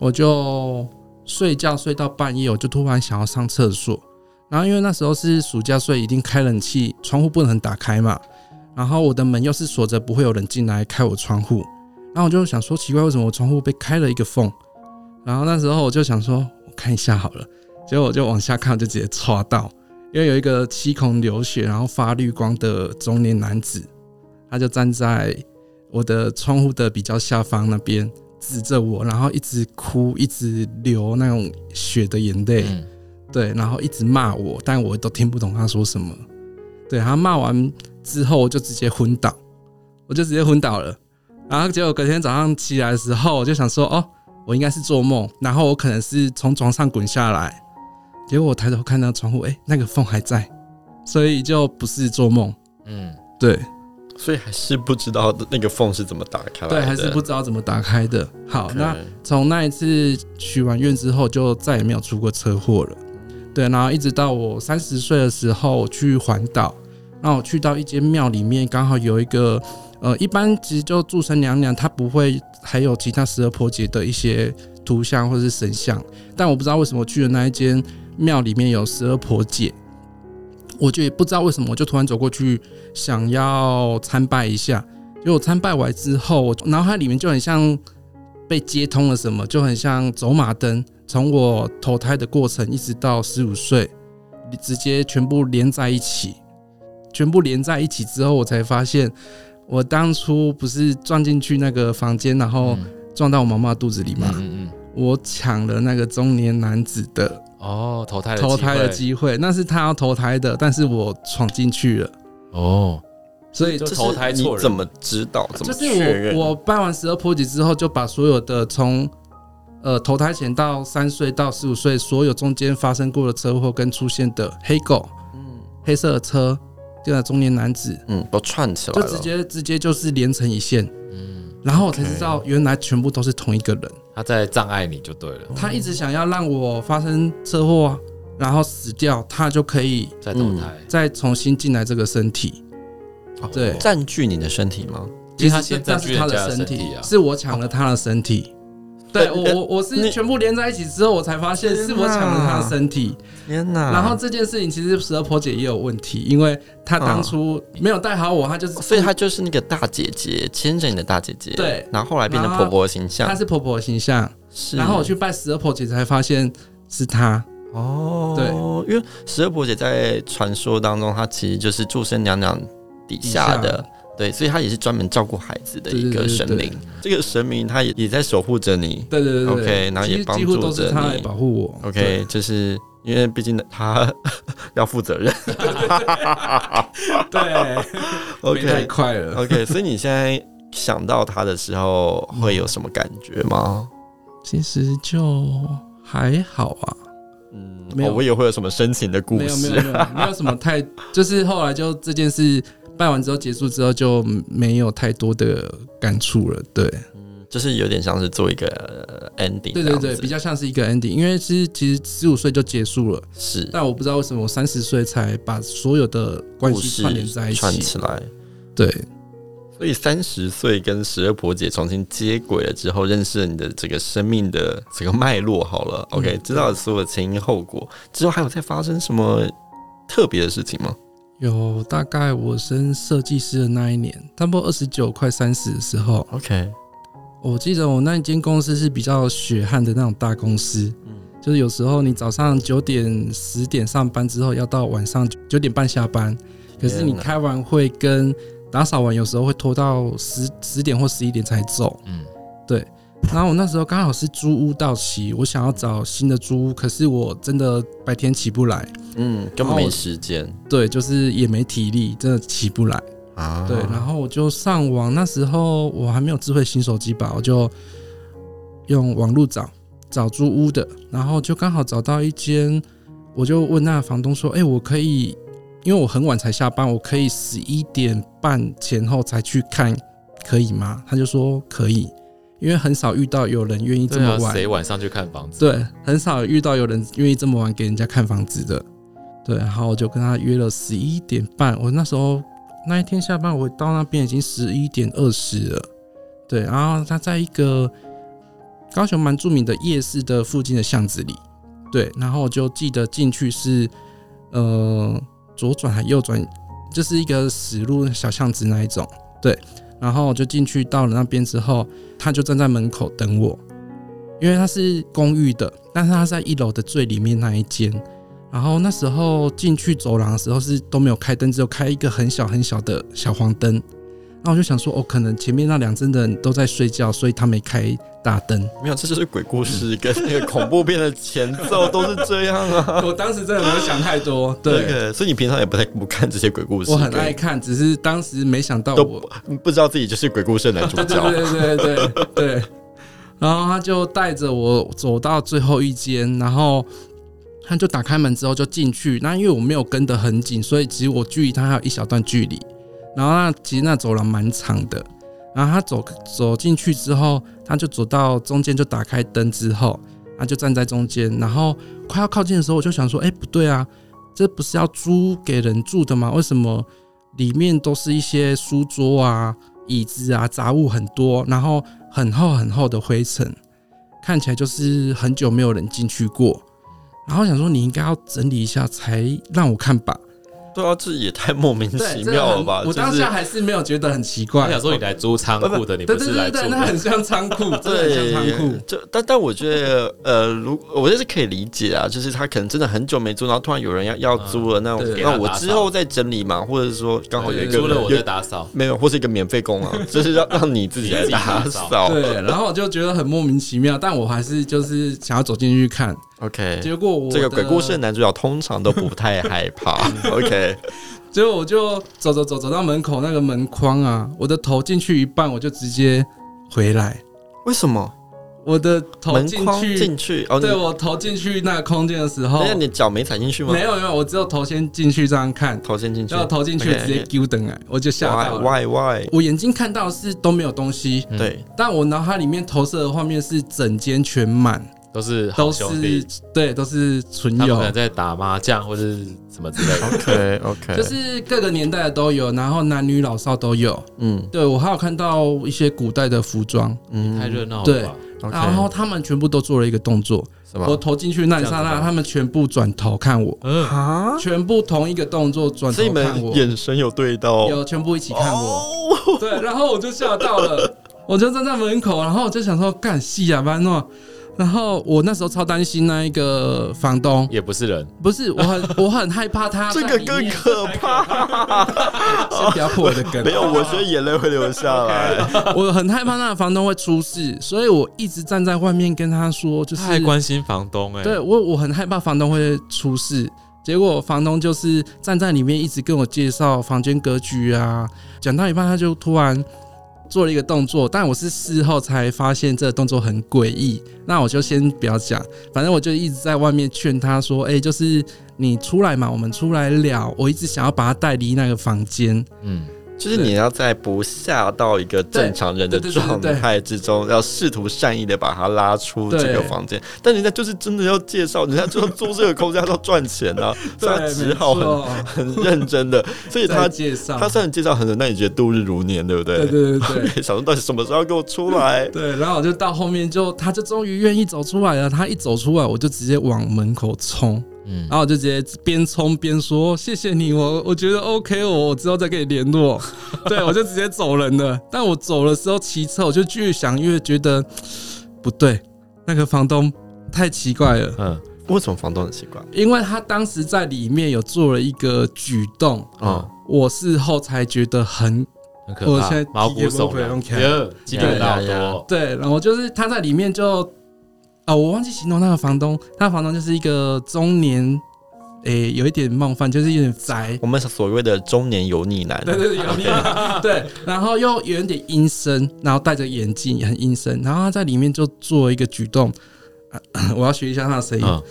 S3: 我就睡觉睡到半夜，我就突然想要上厕所。然后因为那时候是暑假，所以一定开冷气，窗户不能打开嘛。然后我的门又是锁着，不会有人进来开我窗户。然后我就想说，奇怪，为什么我窗户被开了一个缝？然后那时候我就想说，我看一下好了。结果我就往下看，我就直接戳到，因为有一个七孔流血，然后发绿光的中年男子，他就站在我的窗户的比较下方那边，指着我，然后一直哭，一直流那种血的眼泪。
S1: 嗯
S3: 对，然后一直骂我，但我都听不懂他说什么。对他骂完之后，我就直接昏倒，我就直接昏倒了。然后结果隔天早上起来的时候，我就想说，哦，我应该是做梦，然后我可能是从床上滚下来。结果我抬头看到窗户，哎，那个缝还在，所以就不是做梦。
S1: 嗯，
S3: 对，
S2: 所以还是不知道那个缝是怎么打开来的，
S3: 对，还是不知道怎么打开的。好
S2: OK，
S3: 那从那一次许完愿之后，就再也没有出过车祸了。对，然后一直到我三十岁的时候去环岛，那我去到一间庙里面，刚好有一个呃，一般其实就祝生娘娘，她不会还有其他十二婆姐的一些图像或是神像，但我不知道为什么去的那一间庙里面有十二婆姐，我就也不知道为什么，我就突然走过去想要参拜一下，结果参拜完之后，我脑海里面就很像被接通了什么，就很像走马灯，从我投胎的过程一直到十五岁，直接全部连在一起，全部连在一起之后，我才发现我当初不是撞进去那个房间，然后
S1: 嗯
S3: 撞到我妈妈肚子里吗？
S1: 嗯嗯
S3: 我抢了那个中年男子的
S1: 嗯，哦，投胎的
S3: 投胎的
S1: 机
S3: 机会，那是他要投胎的，但是我闯进去了，
S1: 会哦，
S3: 所以
S1: 就
S2: 这是
S1: 投胎错
S2: 你
S1: 人
S2: 怎么知道？怎么
S3: 就是
S2: 确认？
S3: 我我办完十二坡级之后，就把所有的从呃投胎前到三岁到十五岁，所有中间发生过的车祸跟出现的黑狗、
S2: 嗯
S3: 黑色的车，这个中年男子，
S2: 嗯，都串起来
S3: 就
S2: 了，
S3: 直接直接就是连成一线，
S1: 嗯，
S3: 然后我才知道原来全部都是同一个人。
S1: 他在障碍你就对了，
S3: 他一直想要让我发生车祸，啊然后死掉，他就可以
S1: 在投胎，
S3: 再重新进来这个身体。
S1: 哦
S3: 嗯对
S2: 占据你的身体吗？
S1: 因为他
S3: 其实
S1: 先
S3: 这
S1: 占
S3: 这
S1: 据
S3: 是他
S1: 人家
S3: 的
S1: 的
S3: 身
S1: 身
S3: 体
S1: 体，啊，
S3: 是我抢了他的身体。对我我我
S2: 哦呃你啊
S3: 是全部连在一起之后，我才发现
S2: 天哪
S3: 是我抢了他的身体。
S2: 天哪！
S3: 然后这件事情其实十二婆姐也有问题，因为她当初没有带好我，她就是
S2: 所以她就是那个大姐姐，牵着你的大姐姐，
S3: 对
S2: 然后后来变成婆婆的形
S3: 她
S2: 象，
S3: 是婆婆的形象。
S2: 是
S3: 然后我去拜十二婆姐才发现是她，
S2: 哦，对，因为十二婆姐在传说当中，她其实就是祝生娘娘底下
S3: 底
S2: 的，
S3: 下
S2: 对，所以她也是专门照顾孩子的一个
S3: 对对对对
S2: 神明。这个神明她也也在守护着你
S3: 对对对对
S2: OK，然后也
S3: 几乎
S2: 帮助
S3: 几乎都是她
S2: 着
S3: 来
S2: 你
S3: 保护我。
S2: ，OK，就是因为毕竟她 要负责任
S3: 对没太
S2: ，OK
S3: 快了。
S2: OK，所以你现在想到她的时候会有什么感觉吗？
S3: 其实就还好啊，
S2: 嗯，
S3: 没有
S2: 哦我也会有什么深情的故
S3: 没有没
S2: 事
S3: 有？没 有没有什么太，就是后来就这件事办完之后结束之后就没有太多的感触了。对
S2: 就是有点像是做一个呃 ending，这
S3: 对对
S2: 样
S3: 对，
S2: 子
S3: 比较像是一个 ending，因为其实其实十五岁就结束了，
S2: 是
S3: 但我不知道为什么我三十岁才把所有的关
S2: 故
S3: 系
S2: 事
S3: 串联在一
S2: 串
S3: 起。
S2: 起来。
S3: 对
S2: 所以三十岁跟十二婆姐重新接轨了之后，认识了你的这个生命的这个脉络。好了
S3: 嗯
S2: ，OK，知道了所有的前因后果之后，还有再发生什么特别的事情吗？
S3: 有大概我升设计师的那一年，差不多二十九快三十的时候，
S2: ？OK，
S3: 我记得我那间公司是比较血汗的那种大公司，
S2: 嗯，
S3: 就是有时候你早上九点十点上班之后，要到晚上九点半下班，可是你
S2: 天哪
S3: 开完会跟打扫完，有时候会拖到十十点或十一点才走。
S1: 嗯，
S3: 然后我那时候刚好是租屋到期，我想要找新的租屋，可是我真的白天起不来，
S2: 嗯，根本没时间
S3: 对，就是也没体力，真的起不来。
S2: 啊
S3: 对，然后我就上网，那时候我还没有智慧型手机吧，我就用网络找找租屋的，然后就刚好找到一间，我就问那房东说：“哎、我可以，因为我很晚才下班，我可以十一点半前后才去看，可以吗？”他就说：“可以，因为很少遇到有人愿意这
S1: 对
S3: 么
S1: 啊，
S3: 晚，
S1: 谁晚上去看房子？
S3: 对，很少遇到有人愿意这么晚给人家看房子的。对，然后我就跟他约了十一点半。我那时候那一天下班，我到那边已经十一点二十了。对，然后他在一个高雄蛮著名的夜市的附近的巷子里。对，然后我就记得进去是呃左转还右转，就是一个死路小巷子那一种。对，然后我就进去到了那边之后，他就站在门口等我。因为它是公寓的，但是它是在一楼的最里面那一间。然后那时候进去走廊的时候是都没有开灯，只有开一个很小很小的小黄灯。那我就想说，哦，可能前面那两真的人都在睡觉，所以他没开大灯。
S2: 没有，这就是鬼故事跟那个恐怖片的前奏都是这样啊。
S3: 我当时真的没有想太多，
S2: 那
S3: 对
S2: 个，所以你平常也不太不看这些鬼故事，
S3: 我很
S2: 对，
S3: 爱看，只是当时没想到
S2: 都
S3: 我
S2: 不不知道自己就是鬼故事的男主
S3: 对
S2: 角。
S3: 对对对对对。然后他就带着我走到最后一间，然后他就打开门之后就进去。那因为我没有跟得很紧，所以其实我距离他还有一小段距离。然后那其实那走廊蛮长的，然后他走走进去之后，他就走到中间就打开灯之后，他就站在中间，然后快要靠近的时候，我就想说，哎、不对啊，这不是要租给人住的吗？为什么里面都是一些书桌啊、椅子啊、杂物很多，然后很厚很厚的灰尘，看起来就是很久没有人进去过。然后想说你应该要整理一下才让我看吧，
S2: 对啊，这也太莫名其妙了吧？
S3: 我
S2: 就
S3: 当
S2: 是
S3: 下还是没有觉得很奇
S1: 他
S3: 怪
S1: 想，说你来租仓库的，你
S3: 对
S1: 不
S3: 对
S1: 是来
S3: 哦对
S1: 租
S3: 对，那很
S1: 的。
S3: 像 仓库，真的很
S2: 对
S3: 像仓库。，
S2: 就但但我觉得，呃，如我觉得是可以理解啊，就是他可能真的很久没租，然后突然有人要要租了，那我
S3: 嗯对
S2: 那我之后再整理嘛，或者说刚好有一个
S1: 租了我
S2: 有
S1: 在打扫，
S2: 没有，或是一个免费工 啊，就是让让你自己来打扫。
S3: 对，然后我就觉得很莫名其妙，但我还是就是想要走进去看，
S2: ，OK，
S3: 结果我
S2: 这个
S3: 的
S2: 鬼故事的男主角通常都不太害 怕，OK，
S3: 结果我就走走走走到门口那个门框啊，我的头进去一半，我就直接回来，
S2: 为什么
S3: 我的头
S2: 门
S3: 进
S2: 框
S3: 去，
S2: 进去？哦，你
S3: 对我头进去那个空间的时候
S2: 等一，下你脚没踩进去吗？
S3: 没有没有，我只有头先进去这样看，
S2: 头先进去
S3: 然后头进去直接丢等来，我就吓到了。
S2: ，why why why？
S3: 我眼睛看到的是都没有东西，
S1: 嗯
S2: 对，
S3: 但我脑海里面投射的画面是整间全满，
S1: 都是好
S3: 都
S1: 兄
S3: 是
S1: 弟，
S3: 对，都是纯
S1: 他们
S3: 友
S1: 可，能在打麻将或者是什么之类 的。
S2: OK OK，
S3: 就是各个年代的都有，然后男女老少都有。
S2: 嗯
S3: 对我还有看到一些古代的服装，
S2: 嗯
S1: 太热闹了
S3: 对
S1: 吧？
S2: OK，
S3: 然后他们全部都做了一个动作，
S2: 什
S3: 我投进去那一刹
S1: 这样
S3: 那，
S1: 子吗
S3: 他们全部转头看我，
S1: 嗯，
S2: 啊？
S3: 全部同一个动作转
S2: 所以
S3: 头
S2: 你
S3: 看
S2: 们
S3: 我，
S2: 眼神有对到，
S3: 有全部一起看我。
S2: 哦，
S3: 对，然后我就吓到了，我就站在门口，然后我就想说干戏啊，班诺。然后我那时候超担心那一个房东，
S1: 也不是人，
S3: 不是 我很我很害怕他
S2: 这
S3: 在
S2: 个
S3: 里
S2: 更
S3: 面
S2: 可 怕。
S3: 先不要破我的梗，
S2: 没有，我觉得眼泪会流下 来。
S3: 我很害怕那个房东会出事，所以我一直站在外面跟他说，就是
S1: 他还关心房东哎。
S3: 对我我很害怕房东会出事。结果房东就是站在里面一直跟我介绍房间格局啊，讲到一半他就突然做了一个动作，但我是事后才发现这个动作很诡异。那我就先不要讲，反正我就一直在外面劝他说：“哎、就是你出来嘛，我们出来聊。”我一直想要把他带离那个房间，
S1: 嗯，
S2: 就是你要在不吓到一个正常人的
S3: 对对对
S2: 状
S3: 对对
S2: 态之中，要试图善意的把他拉出这个
S3: 对
S2: 房间。但人家就是真的要介绍，人家就要租这个空间要 赚钱啊，所以他只好很
S3: 没
S2: 很认真 的。所以
S3: 错再
S2: 他
S3: 介绍，
S2: 他虽然介绍很认真，但你觉得度日如年，对不对？
S3: 对对对 对。
S2: 想说到底什么时候要给我出来？
S3: 对，然后我就到后面就，他就终于愿意走出来了。他一走出来，我就直接往门口冲，
S1: 嗯
S3: 然后我就直接边冲边说：“谢谢你，我我觉得 OK，我我之后再跟你联络。” 对，我就直接走人了。但我走的时候骑车，我就越想越觉得不对，那个房东太奇怪了，
S1: 嗯，
S2: 为什么房东很奇怪？
S3: 因为他当时在里面有做了一个举动，
S2: 嗯
S3: 我事后才觉得很
S1: 很可
S3: 我
S1: 怕
S3: 现在，
S1: 毛骨悚
S3: 鸡也不
S1: 然
S3: 会，看
S1: 耶鸡皮疙瘩
S2: 呀呀
S1: 好多。
S3: 对，然后就是他在里面就啊、我忘记形容那个房东，那个房东就是一个中年，诶、有一点冒犯，就是有点宅，
S2: 我们所谓的中年油腻男，
S3: 对对对，有点 对，然后又有一点阴森，然后戴着眼镜也很阴森，然后他在里面就做一个举动，啊 我要学一下他的声音，
S1: 嗯，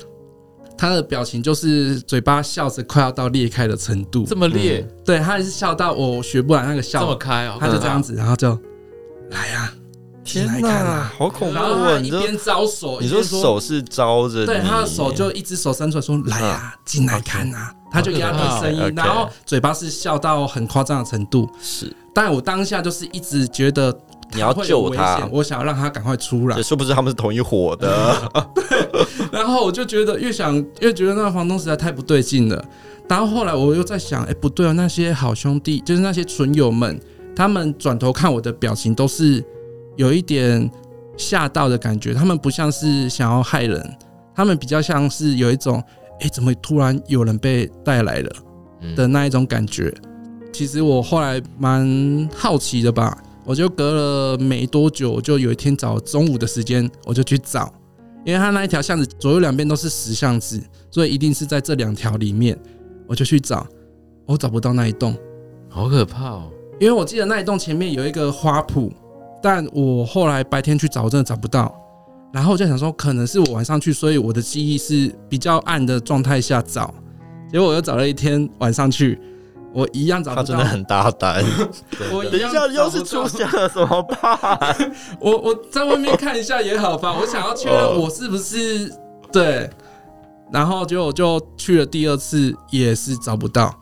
S3: 他的表情就是嘴巴笑着快要到裂开的程度
S1: 这，么烈，
S3: 对他也是笑到我学不来那个
S1: 这么
S3: 笑，
S1: 开啊，
S3: 嗯他就这样
S1: 子，
S3: 子，然后就来呀、
S2: 天
S3: 来看
S2: 哪，
S3: 啊
S2: 好恐怖
S3: 然后
S2: 哦！
S3: 他
S2: 你
S3: 一
S2: 说
S3: 边招手，
S2: 你
S3: 一
S2: 说
S3: 边
S2: 手是招着你，嗯
S3: 对，他的手就一只手伸出来说：“来啊，进来看啊！”他就压低声
S2: OK，OK
S3: 音，然后嘴巴是笑到很夸张的程度。
S2: 是，
S3: 但我当下就是一直觉得
S2: 你要
S3: 会有
S2: 救
S3: 危
S2: 他
S3: 险，，我想要让他赶快出来
S2: 这。是不是他们是同一伙 的？
S3: 然后我就觉得越想越觉得那个房东实在太不对劲了。然后后来我又在想，哎，不对啊，那些好兄弟，就是那些纯友们，他们转头看我的表情都是有一点吓到的感觉，他们不像是想要害人，他们比较像是有一种，哎，怎么突然有人被带来了
S1: 嗯
S3: 的那一种感觉。其实我后来蛮好奇的吧，我就隔了没多久，我就有一天找中午的时间，我就去找，因为它那一条巷子左右两边都是石巷子，所以一定是在这两条里面，我就去找，我找不到那一栋，
S1: 好可怕哦。
S3: 因为我记得那一栋前面有一个花圃，但我后来白天去找，我真的找不到。然后我就想说，可能是我晚上去，所以我的记忆是比较暗的状态下找。结果我又找了一天晚上去，我一样找
S2: 他
S3: 不
S2: 真
S3: 到
S2: 的。很大 胆。
S3: 我
S2: 等一下
S3: 样
S2: 又是
S3: 找
S2: 出
S3: 不到
S2: 现了怎么 办？
S3: 我我在外面看一下也 好吧，我想要确
S2: 哦
S3: 认我是不是对，然后结果就去了第二次也是找不到，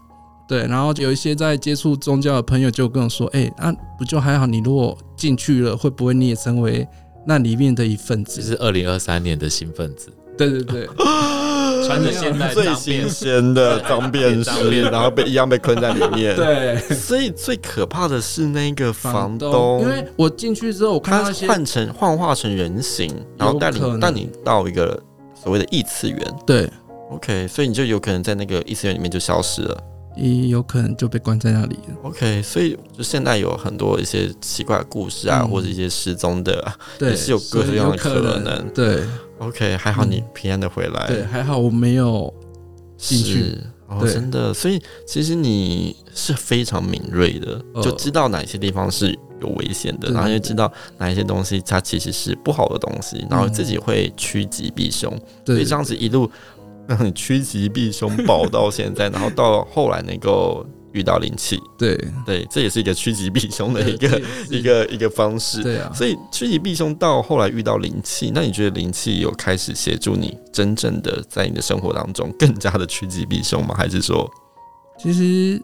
S3: 对，然后有一些在接触宗教的朋友就跟我说，哎、啊不就还好，你如果进去了，会不会你也成为那里面的一份
S1: 这
S3: 子？
S1: 是二零二三年的新分子，
S3: 对对对，啊
S1: 穿着现代
S2: 最
S1: 脏
S2: 新
S1: 辫，
S2: 鲜的脏辫
S1: 脏
S2: 师，
S1: 辫
S2: 然后被一样被困在里面。，
S3: 对，
S2: 所以最可怕的是那个房
S3: 因为我进去之后，我看
S2: 他
S3: 到一些
S2: 换成幻化成人形，然后带
S3: 有可
S2: 你
S3: 能
S2: 带你到一个所谓的异次元。
S3: 对，
S2: OK，所以你就有可能在那个异次元里面就消失了。
S3: 也有可能就被关在那里了，
S2: OK，所以就现在有很多一些奇怪的故事啊，
S3: 嗯
S2: 或者一些失踪的。
S3: 对，
S2: 也是有各
S3: 所以
S2: 种样的
S3: 有可
S2: 可
S3: 能，
S2: 能哎
S3: 对
S2: OK，还好你
S3: 嗯
S2: 平安的回来。
S3: 对，还好我没有
S2: 是，
S3: 进去
S2: 哦，
S3: 对
S2: 真的，所以其实你是非常敏锐的，
S3: 呃
S2: 就知道哪些地方是有危险的，
S3: 对
S2: 然后
S3: 对
S2: 又
S3: 对
S2: 知道哪一些东西它其实是不好的东西，然后自己会趋吉避凶，所
S3: 对
S2: 以这样子一路让你趋吉避凶，保到现在，然后到后来能够遇到灵 气，
S3: 对。
S2: 对，这也是一个趋吉避凶的
S3: 对
S2: 一个
S3: 这也是
S2: 一个一个方式。
S3: 对啊，
S2: 所以趋吉避凶到后来遇到灵气，那你觉得灵气有开始协助你真正的在你的生活当中更加的趋吉避凶吗？还是说，
S3: 其实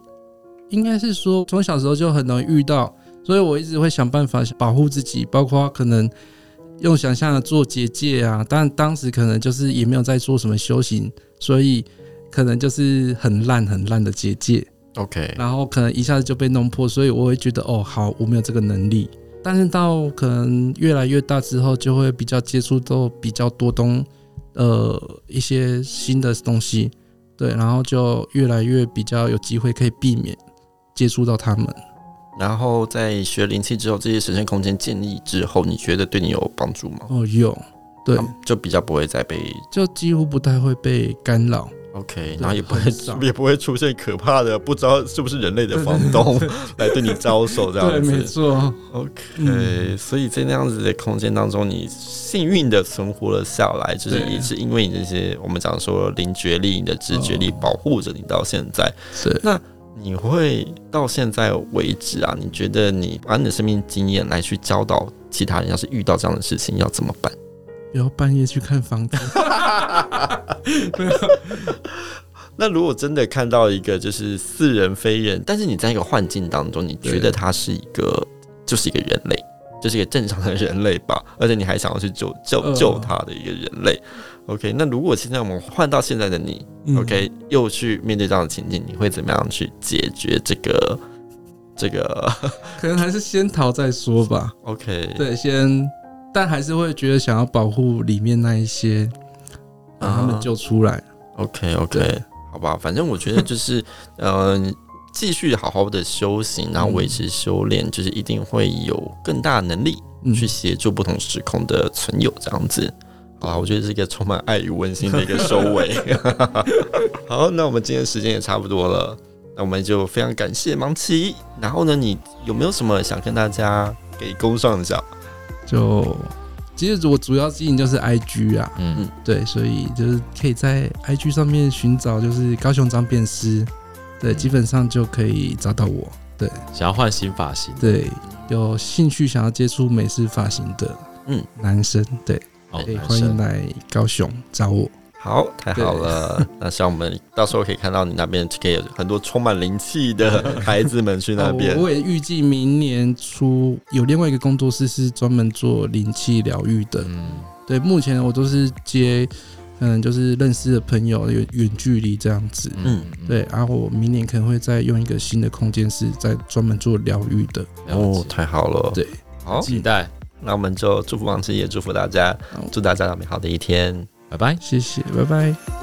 S3: 应该是说从小时候就很容易遇到，所以我一直会想办法保护自己，包括可能用想象的做结界啊，但当时可能就是也没有在做什么修行，所以可能就是很烂很烂的结界，
S2: OK，
S3: 然后可能一下子就被弄破，所以我会觉得哦，好，我没有这个能力。但是到可能越来越大之后，就会比较接触到比较多东，呃，一些新的东西，对，然后就越来越比较有机会可以避免接触到他们。
S2: 然后在学灵气之后，这些神圣空间建立之后，你觉得对你有帮助吗？
S3: 哦，有，对
S2: 他，们就比较不会再被
S3: 就几乎不太会被干扰。
S2: OK，
S3: 对
S2: 然后也不
S3: 很少
S2: 会 也不会出现可怕的不知道是不是人类的房东来对你招手这
S3: 对，啊
S2: 样
S3: 没
S2: 子。
S3: 错，
S2: OK，
S3: 嗯
S2: 所以在那样子的空间当中，你幸运的存活了下来，就是
S3: 对
S2: 也是因为你这些我们讲说灵觉力、你的直觉力
S3: 哦
S2: 保护着你到现在。
S3: 对。
S2: 你会到现在为止啊，你觉得你把你的生命经验来去教导其他人，要是遇到这样的事情要怎么办？
S3: 不要半夜去看房子，
S2: 那如果真的看到一个就是似人非人，但是你在一个幻境当中，你觉得
S3: 对
S2: 他是一个就是一个人类，就是一个正常的人类吧，而且你还想要去救救
S3: 呃
S2: 救他的一个人类。OK，那如果现在我们换到现在的你、
S3: 嗯
S2: o k 又去面对这样的情境，你会怎么样去解决这个这个
S3: 可能还是先逃再说吧。
S2: OK？
S3: 对，先，但还是会觉得想要保护里面那一些，把他
S2: 啊
S3: 们救出来。
S2: OK OK，
S3: 对
S2: 好吧，反正我觉得就是，呃，继续好好的修行，然后维持修炼，就是一定会有更大的能力
S3: 嗯，
S2: 去协助不同时空的存有这样子。好啦，我觉得这是一个充满爱与温馨的一个收尾。 好，那我们今天时间也差不多了，那我们就非常感谢芒奇。然后呢，你有没有什么想跟大家给工上一下？
S3: 就其实我主要经营就是 IG 啊，
S1: 嗯，
S3: 对，所以就是可以在 IG 上面寻找就是高雄张辨师，对，
S2: 嗯
S3: 基本上就可以找到我。
S1: 想要换新发型，
S3: 对，有兴趣想要接触美式发型的，
S2: 嗯，
S3: 男生，对，
S1: 哦，
S3: 可以
S1: 男
S3: 欢迎
S1: 生，
S3: 来高雄找我。
S2: 好，太好 了！那像我们到时候可以看到你那边可以有很多充满灵气的孩子们去那
S3: 哦
S2: 边
S3: 我。我也预计明年初有另外一个工作室是专门做灵气疗愈的，
S1: 嗯，
S3: 对，目前我都是接，嗯，就是认识的朋友远远距离这样子。
S2: 嗯
S3: 对，，然、后我明年可能会再用一个新的空间，是在专门做疗愈的。
S1: 哦，
S2: 太好了！
S3: 对，
S2: 好，
S1: 期待，
S2: 那我们就祝福王琦，也祝福大家
S3: 好，
S2: 祝大家有美好的一天。
S1: 拜拜。
S3: 谢谢，拜拜。